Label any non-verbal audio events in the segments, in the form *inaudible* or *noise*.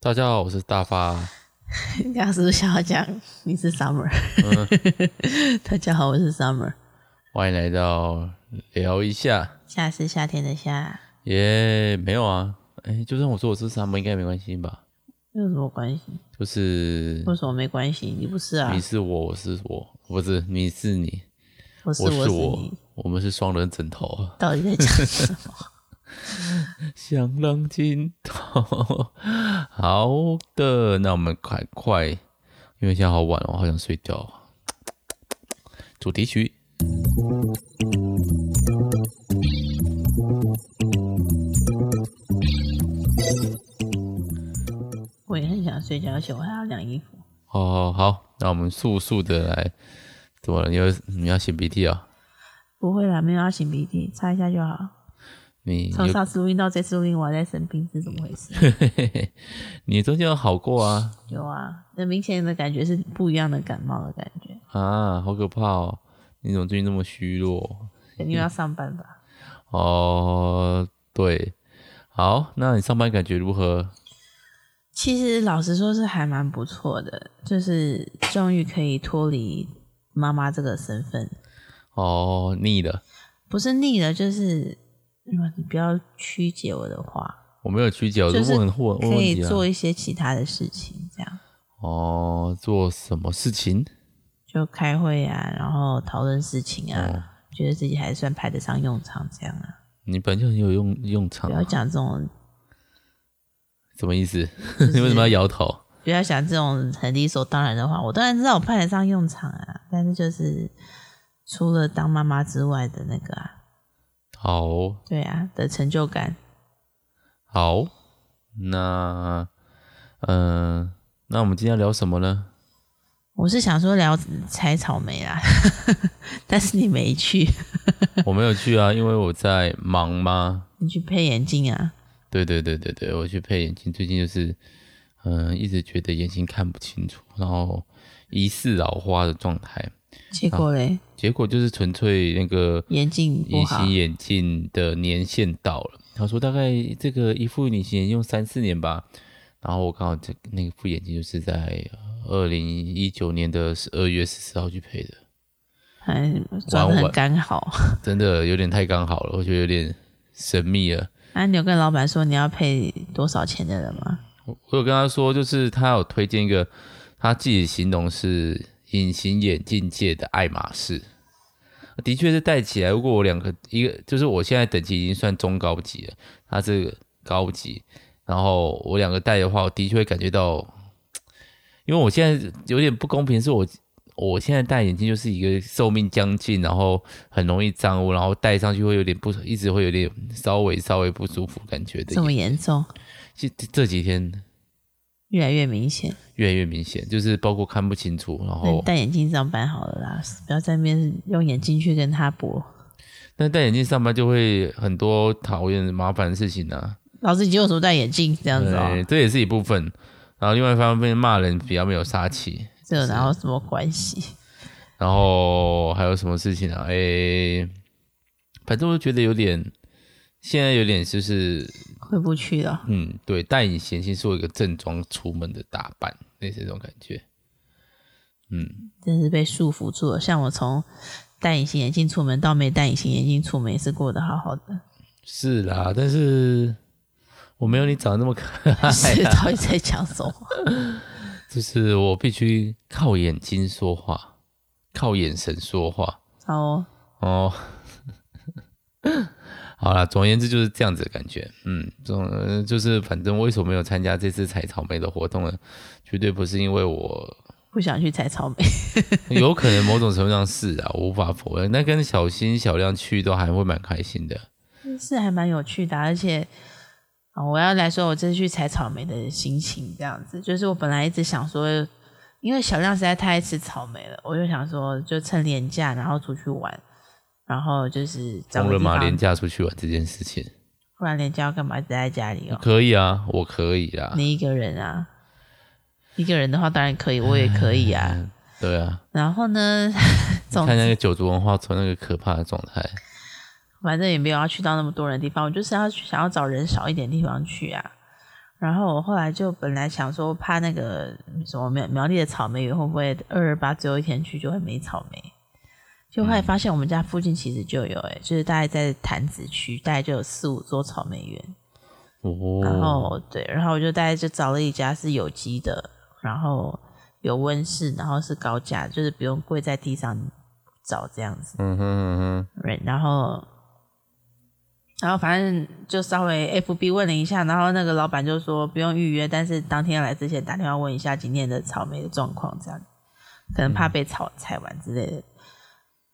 大家好，我是大发。你刚刚是不是想要讲你是 Summer？、大嗯 *laughs* 家好，我是 Summer。欢迎来到聊一下。夏是夏天的夏，耶、没有啊，哎，就算我说我是沙漠，应该没关系吧？有什么关系？就是为什么没关系？你不是啊你？是我，我是我，不是你是你，我是我是是你我，，我们是双人枕头，到底在讲 *laughs* 什么？想浪尽头。好的，那我们快快，因为现在好晚了，我好想睡觉。主题曲。我也很想睡觉，而且我还要晾衣服。哦，好，那我们速速的来，怎么了？你要你要擤鼻涕啊？不会啦，没有要擤鼻涕，擦一下就好。你从你上次录音到这次录音，我还在生病，是怎么回 *laughs* 事？你中间有好过啊？有啊，那明显的感觉是不一样的感冒的感觉。啊，好可怕哦！你怎么最近那么虚弱？肯定要上班吧？哦，对，好，那你上班感觉如何？其实老实说，是还蛮不错的，就是终于可以脱离妈妈这个身份，哦，腻了，不是腻了，就是嗯你不要曲解我的话，我没有曲解，我就是问问问可问以题啊。做一些其他的事情，这样哦，做什么事情？就开会啊，然后讨论事情啊，哦觉得自己还算派得上用场，这样啊，你本来就很有用用场不啊、要讲这种，什么意思？ *laughs* 你为什么要摇头？不要讲这种很理所当然的话。我当然知道我派得上用场啊，但是就是除了当妈妈之外的那个啊，好哦，对啊的成就感。好，那嗯、呃那我们今天要聊什么呢？我是想说聊采草莓啦， *laughs* 但是你没去，我没有去啊，因为我在忙嘛。你去配眼镜啊？对对对对对，我去配眼镜，最近就是嗯、呃一直觉得眼睛看不清楚，然后疑似老花的状态。结果嘞，结果就是纯粹那个眼镜不隐好形眼镜的年限到了，他说大概这个一副隐形眼镜用三四年吧，然后我刚好这那副眼镜就是在呃二零一九年的二月十四号去配的，还哎装的玩很完刚好。真的有点太刚好了，我觉得有点神秘了。那啊你有跟老板说你要配多少钱的人吗？我我有跟他说，就是他有推荐一个，他自己形容是隐形眼镜界的爱马仕，的确是戴起来。如果我两个一个，就是我现在等级已经算中高级了，他是高级，然后我两个戴的话，我的确会感觉到，因为我现在有点不公平，是我。我现在戴眼镜就是一个寿命将近，然后很容易脏污，然后戴上去会有点不，一直会有点稍微稍微不舒服感觉的这。么严重，这这这几天越来越明显。越来越明显，就是包括看不清楚，然那你后戴眼镜上班好了啦，不要在那边用眼睛去跟他搏。但戴眼镜上班就会很多讨厌麻烦的事情啊，老子已经有时候戴眼镜这样子哦、对，这也是一部分。然后另外一方面骂人比较没有杀气，这有哪有什么关系？ *laughs* 然后还有什么事情啊？诶，反正我觉得有点，现在有点就是，回不去了，嗯，对，戴隐形其实我有一个正装出门的打扮，类似这种感觉。嗯真是被束缚住了。像我从戴隐形眼镜出门到没戴隐形眼镜出门，也是过得好好的。是啦，但是我没有你长得那么可 *laughs* 爱、是到底在讲什么？就是我必须靠眼睛说话，靠眼神说话。哦，哦， *laughs* 好啦，总而言之就是这样子的感觉。嗯，总呃就是反正为什么没有参加这次采草莓的活动呢？绝对不是因为我，不想去采草莓，有可能某种程度上是啊，我无法否认。那跟小新、小亮去都还会蛮开心的。是还蛮有趣的啊、而且。啊我要来说，我这次去采草莓的心情，这样子，就是我本来一直想说，因为小亮实在太爱吃草莓了，我就想说，就趁廉价，然后出去玩，然后就是找红个了地嘛，方，廉价出去玩这件事情不然廉价要干嘛？待在家里哦，可以啊，我可以啦。你一个人啊，一个人的话当然可以，我也可以啊。对啊，然后 *laughs* 呢，总看那个九族文化从那个可怕的状态。反正也没有要去到那么多人的地方，我就是要去想要找人少一点地方去啊。然后我后来就本来想说，怕那个什么苗苗栗的草莓园会不会二二八最后一天去就会没草莓，就后来发现我们家附近其实就有、欸，哎，就是大概在潭子区，大概就有四五座草莓园。哦，然后对，然后我就大概就找了一家是有机的，然后有温室，然后是高价，就是不用跪在地上找这样子。嗯哼嗯对，然后然后反正就稍微 FB 问了一下，然后那个老板就说不用预约，但是当天来之前打电话问一下今天的草莓的状况，这样可能怕被草踩完之类的。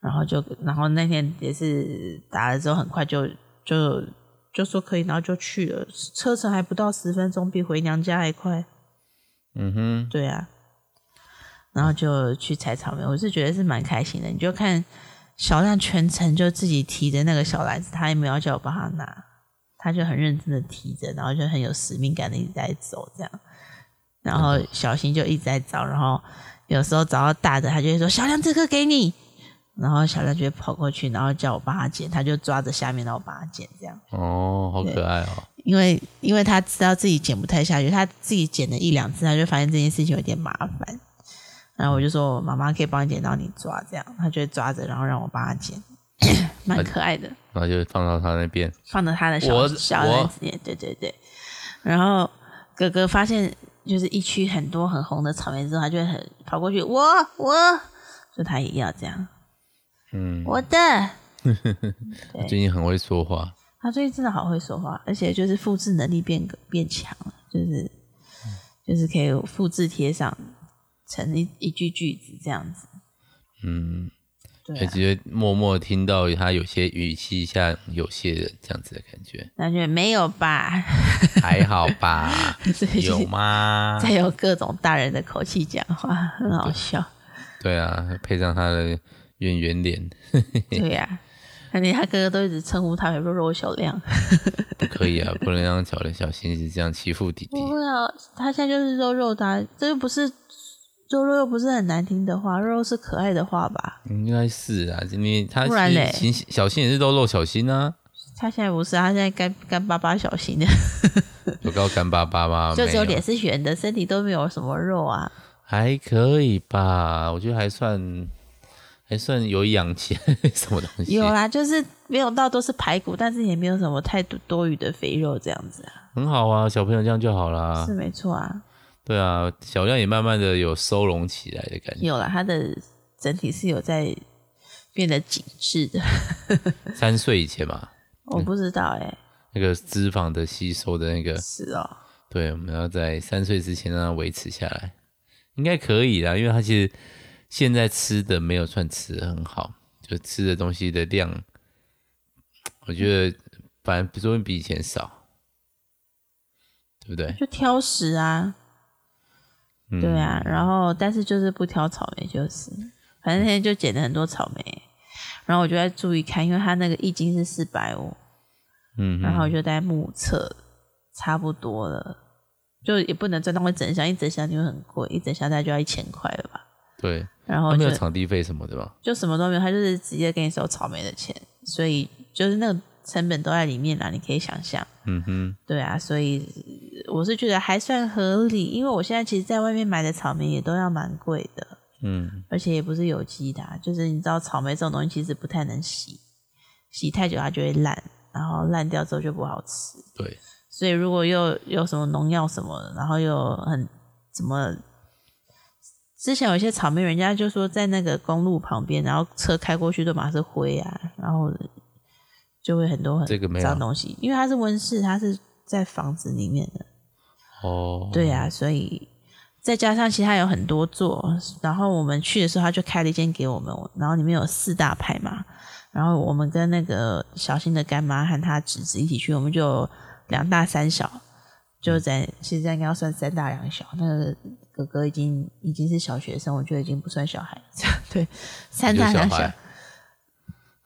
然后就，然后那天也是打了之后，很快就就就说可以，然后就去了，车程还不到十分钟，比回娘家还快。哼，嗯哼，对啊，然后就去采草莓，我是觉得是蛮开心的。你就看小亮全程就自己提着那个小篮子，他也没有叫我帮他拿，他就很认真的提着，然后就很有使命感的一直在走这样，然后小新就一直在找，然后有时候找到大的，他就会说小亮这个给你。然后小亮就会跑过去，然后叫我帮他捡，他就抓着下面，然后帮他捡，这样。哦，好可爱哦，因为因为他知道自己剪不太下去，他自己剪了一两次，他就发现这件事情有点麻烦。然后我就说：“我妈妈可以帮你剪，到你抓这样。”他就会抓着，然后让我帮 *coughs* 他剪，蛮可爱的。然后就放到他那边，放到他的小呃我小我篮子里，对对对。然后哥哥发现就是一区很多很红的草莓之后，他就会很跑过去，我我，就他也要这样，嗯，我的。他最近很会说话，他最近真的好会说话，而且就是复制能力变变强了，就是嗯就是可以复制贴上成一一句句子这样子。嗯，对、而啊，且默默听到他有些语气像有些人这样子的感 *laughs* 觉，那就没有吧？ *laughs* 还好吧？所以有吗？再有各种大人的口气讲话，很好笑。 *laughs* 对啊，配上他的圆圆脸，对呀、 *laughs* 而且他哥哥都一直称呼他为肉肉小亮，不可以 *laughs* 啊，不能让小的小星星这样欺负弟弟。不会啊，他现在就是肉肉的啊、这又不是肉肉，又不是很难听的话，肉肉是可爱的话吧？应该是啊，因为他不然嘞是星小新也是肉肉小新啊，他现在不是啊，他现在干干巴巴小心的。有高干巴巴吗？就只啊有没脸是圆的，身体都没有什么肉啊。还可以吧，我觉得还算还算有养气， *laughs* 什么东西？有啊啦，就是没有到都是排骨，但是也没有什么太多多余的肥肉这样子啊，很好啊，小朋友这样就好啦是。没错啊。对啊，小亮也慢慢的有收拢起来的感觉，有啦，它的整体是有在变得紧致的。三岁以前嘛，我不知道哎、那个脂肪的吸收的那个，是哦，对，我们要在三岁之前让它维持下来，应该可以啦，因为他其实现在吃的没有算吃的很好，就吃的东西的量，我觉得反正不说比以前少，对不对？就挑食啊，嗯对啊，然后但是就是不挑草莓，就是反正那天就捡了很多草莓，然后我就在注意看，因为它那个一斤是四百五，嗯哼，然后我就在目测差不多了，就也不能真当一整箱，一整箱就会很贵，一整箱大概就要一千块了吧。对，然后哦他没就有场地费什么的吧？就什么都没有，他就是直接给你收草莓的钱，所以就是那个成本都在里面啦，你可以想象。嗯哼，对啊，所以我是觉得还算合理，因为我现在其实在外面买的草莓也都要蛮贵的，嗯，而且也不是有机的啊、就是你知道草莓这种东西其实不太能洗，洗太久它就会烂，然后烂掉之后就不好吃。对，所以如果又有什么农药什么的，然后又很怎么，之前有一些草莓，人家就说在那个公路旁边，然后车开过去都满是灰啊，然后就会很多很这个没有脏东西，因为它是温室，它是在房子里面的，哦，对啊，所以再加上其他有很多座，然后我们去的时候他就开了一间给我们，然后里面有四大牌嘛，然后我们跟那个小新的干妈和他侄子一起去，我们就有两大三小，就在其实在应该要算三大两小，那个哥哥已经已经是小学生，我觉得已经不算小孩了， *laughs* 对，三你就大小两小孩。。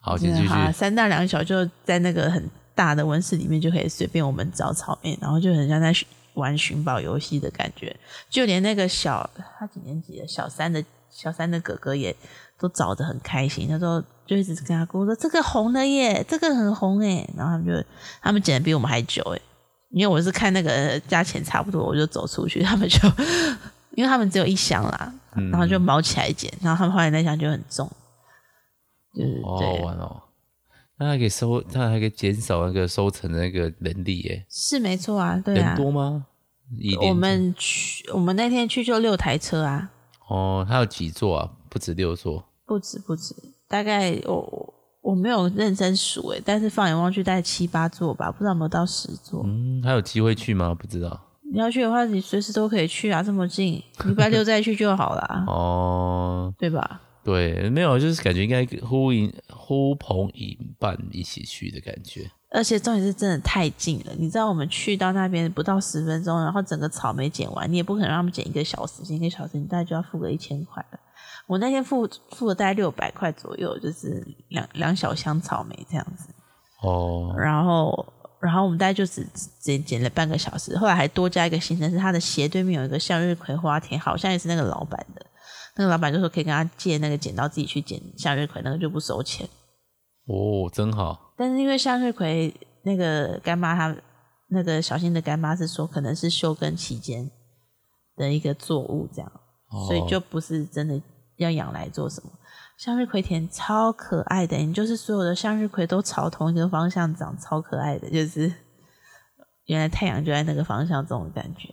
好，请真继的续好。啊，三大两小就在那个很大的温室里面就可以随便我们找草莓，然后就很像在寻玩寻宝游戏的感觉。就连那个小他几年级的小三的小三的哥哥也都找得很开心，他说就一直跟他姑姑说这个红了耶，这个很红哎，然后他们就他们剪的比我们还久哎，因为我是看那个价钱差不多，我就走出去，他们就 *laughs* 因为他们只有一箱啦，然后就毛起来捡，然后他们后来那箱就很重，就是好好对，玩哦。那还可以收，那还可以减少那个收成的那个人力耶，是没错啊，对人啊，多吗？一我点们去我们那天去就六台车啊，哦，它有几座啊？不止六座不止不止，大概我我我没有认真数诶，但是放眼望去大概七八座吧，不知道有没有到十座。嗯，还有机会去吗？不知道，你要去的话，你随时都可以去啊，这么近，礼拜六再去就好啦哦。对吧？对，没有，就是感觉应该呼应呼朋引伴一起去的感觉。而且重点是真的太近了，你知道我们去到那边不到十分钟，然后整个草莓剪完，你也不可能让他们剪一个小时，剪一个小时你大概就要付个一千块了。我那天付付了大概六百块左右，就是两两小箱草莓这样子。哦，然后然后我们大概就只只剪了半个小时，后来还多加一个行程是他的斜对面有一个向日葵花田，好像也是那个老板的。那个老板就说可以跟他借那个剪刀自己去剪向日葵，那个就不收钱。哦，真好。但是因为向日葵那个干妈她那个小新的干妈是说可能是休耕期间的一个作物这样，哦、所以就不是真的要养来做什么。向日葵田超可爱的，你就是所有的向日葵都朝同一个方向长，超可爱的，就是原来太阳就在那个方向，这种感觉。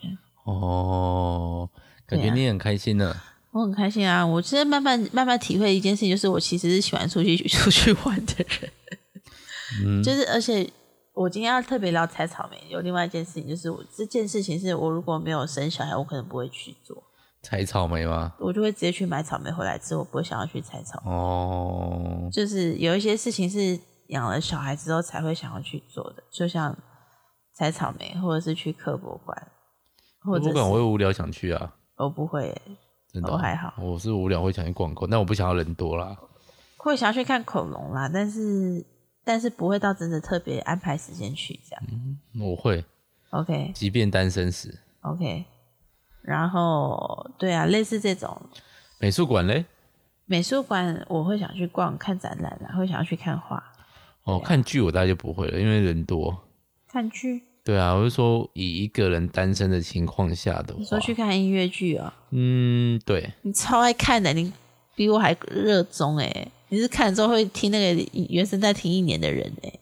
哦，感觉对啊你很开心呢、我很开心啊！我现在慢慢慢慢体会一件事情，就是我其实是喜欢出去 *laughs* 出去玩的人，嗯， *laughs* 就是而且我今天要特别聊采草莓，有另外一件事情，就是我这件事情是我如果没有生小孩，我可能不会去做，采草莓吗？我就会直接去买草莓回来吃，我不会想要去采草莓。哦，就是有一些事情是养了小孩之后才会想要去做的，就像采草莓，或者是去科博馆，或者不是管我会无聊想去啊，我不会欸耶、真的、我还好，我是无聊会想去逛逛，但我不想要人多啦。会想要去看恐龙啦，但是但是不会到真的特别安排时间去这样。我会， OK 即便单身时， OK，然后对啊，类似这种美术馆嘞，美术馆，我会想去逛看展览啦，会想要去看画、哦，啊看剧我大概就不会了，因为人多。看剧。对啊，我是说以一个人单身的情况下的话，你说去看音乐剧哦、嗯，对，你超爱看的，你比我还热衷哎、你是看了之后会听那个原声带听一年的人哎、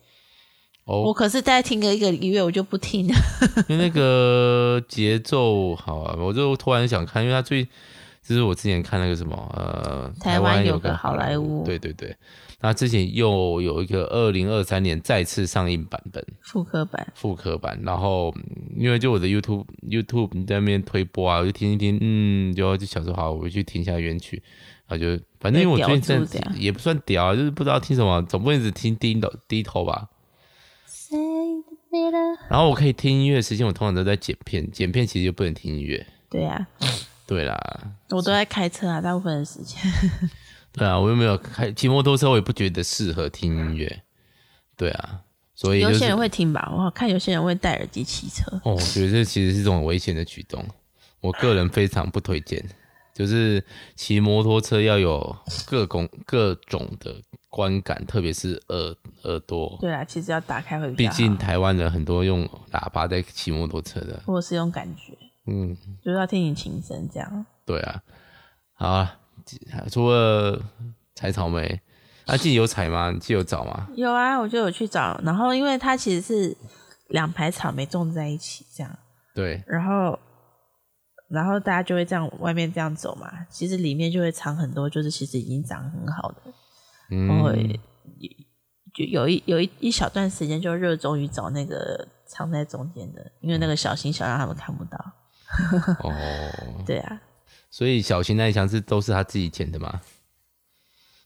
哦，我可是大概听个一个月我就不听了。 *laughs* 因为那个节奏好啊，我就突然想看，因为他最就是我之前看那个什么呃，台湾湾有有个个好好莱莱坞坞对对对，那之前又有一个二零二三年再次上映版本复刻版复刻版，然后嗯因为就我的 YouTube YouTube 在那边推播啊，我就听一听，嗯，就就想说好，我去听一下原曲，然后就反正因为我被最近叼住真这的样也不算屌啊，就是不知道听什么，总不能只听低头低头吧，然后我可以听音乐的时间，我通常都在剪片，剪片其实就不能听音乐。对啊，对啦，我都在开车啊，大部分的时间对啊，我又没有开骑摩托车，我也不觉得适合听音乐。对啊，所以、就有是、些人会听吧，我看有些人会戴耳机骑车。哦，我觉得这其实是一种危险的举动，我个人非常不推荐。就是骑摩托车要有各种各种的观感，特别是耳耳朵，对啊，其实要打开会比毕较好，竟台湾人很多用喇叭在骑摩托车的。或者是用感觉，嗯，就是要听你琴声这样。对啊，好啊，除了采草莓，啊，自己有采吗？你自己有找吗？有啊，我就有去找，然后因为它其实是两排草莓种在一起这样。对，然后，然后大家就会这样外面这样走嘛，其实里面就会藏很多，就是其实已经长很好的，嗯，然后也就有一有一一小段时间就热衷于找那个藏在中间的，因为那个小心小让他们看不到。哦，对啊，所以小新那一箱是都是他自己剪的吗？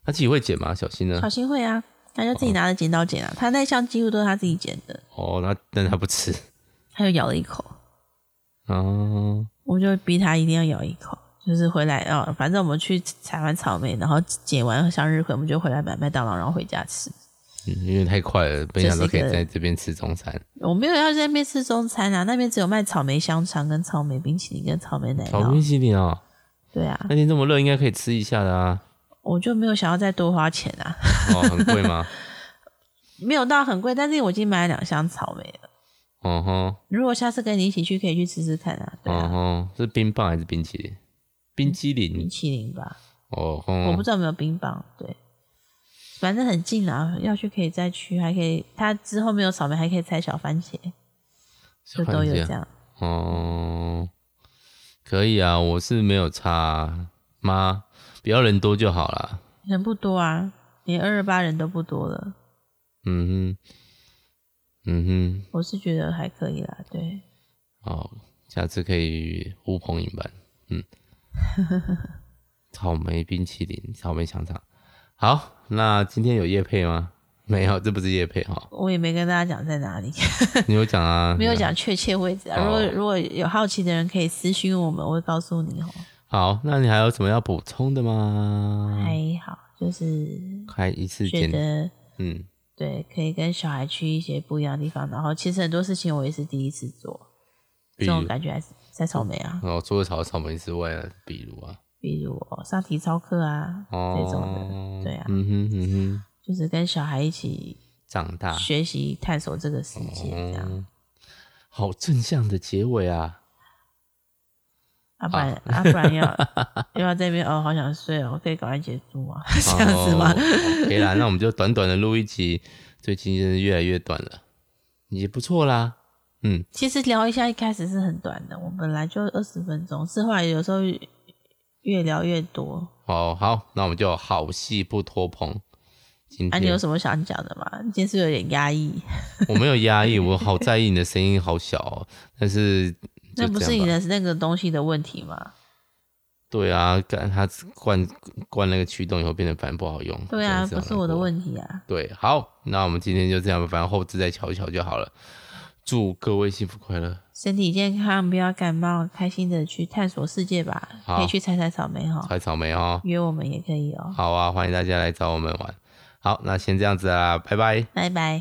他自己会剪吗？小新呢小？新会啊，他就自己拿着剪刀剪啊，他那一箱几乎都是他自己剪的，哦，那但他不吃。他就咬了一口，哦，我就逼他一定要咬一口。就是回来哦，反正我们去采完草莓，然后剪完向日葵，我们就回来买麦当劳，然后回家吃。嗯因为太快了，本想都可以在这边吃中餐，我没有要在那边吃中餐啊，那边只有卖草莓香肠、跟草莓冰淇淋、跟草莓奶炒冰酪。淇淋哦。对啊，那天这么热，应该可以吃一下的啊。我就没有想要再多花钱啊，哦，很贵吗？ *laughs* 没有到很贵，但是我已经买了两箱草莓了，嗯哼，如果下次跟你一起去，可以去吃吃看啊。对啊嗯，哼，是冰棒还是冰淇淋？冰激冰凌淇淋吧，哦，我哼不知道有没有冰棒。对，反正很近啊，要去可以再去，还可以。它之后没有草莓，还可以采小番茄，就都有这。样。哦，可以啊，我是没有差啊妈，不要人多就好啦。人不多啊，连二二八人都不多了。嗯哼，嗯我是觉得还可以啦，对，。哼，好，哦下次可以呼朋引伴。嗯， *laughs* 草莓冰淇淋，草莓香肠。好，那今天有叶配吗？ *laughs* 没有，这不是叶配哈我也没跟大家讲在哪里，你有讲啊？ *laughs* 没有。讲确切位置啊。如果哦如果有好奇的人，可以私信我们，我会告诉你哦。好，那你还有什么要补充的吗？还好，就是开一次觉简得嗯，对，可以跟小孩去一些不一样的地方。然后其实很多事情我也是第一次做，比这如种感觉还是在草莓啊，哦，除了炒草莓之外啊，比如啊，比如哦我上体操课啊、哦，这种的，对啊，嗯哼嗯哼，就是跟小孩一起长大，学习探索这个世界这样。嗯，好正向的结尾啊，啊不然啊不然要又要 *laughs* 在那边哦，好想睡哦，可以赶快结 *laughs* 束啊，这样子吗？哦、？OK 啦，那我们就短短的录一集，最近真是越来越短了，也不错啦，嗯，其实聊一下一开始是很短的，我本来就二十分钟，是后来有时候越越聊越多。哦，好，那我们就好戏不拖棚，今啊，你有天什么想讲的吗？你今天是不是有点压抑， *laughs* 我没有压抑，我好在意你的声音好小、哦，但是就 *laughs* 那不这是样你吧的那个东西的问题吗？对啊，干他灌灌那个驱动以后变得反正不好用。对啊，真不好是我的难过。问题啊。对，好，那我们今天就这样，反正后置再瞧一瞧就好了。祝各位幸福快乐，身体健康，不要感冒，开心的去探索世界吧。好可以去采采草莓哈，采草莓哦。约我们也可以哦。好啊，欢迎大家来找我们玩。好，那先这样子啦，拜拜。拜拜。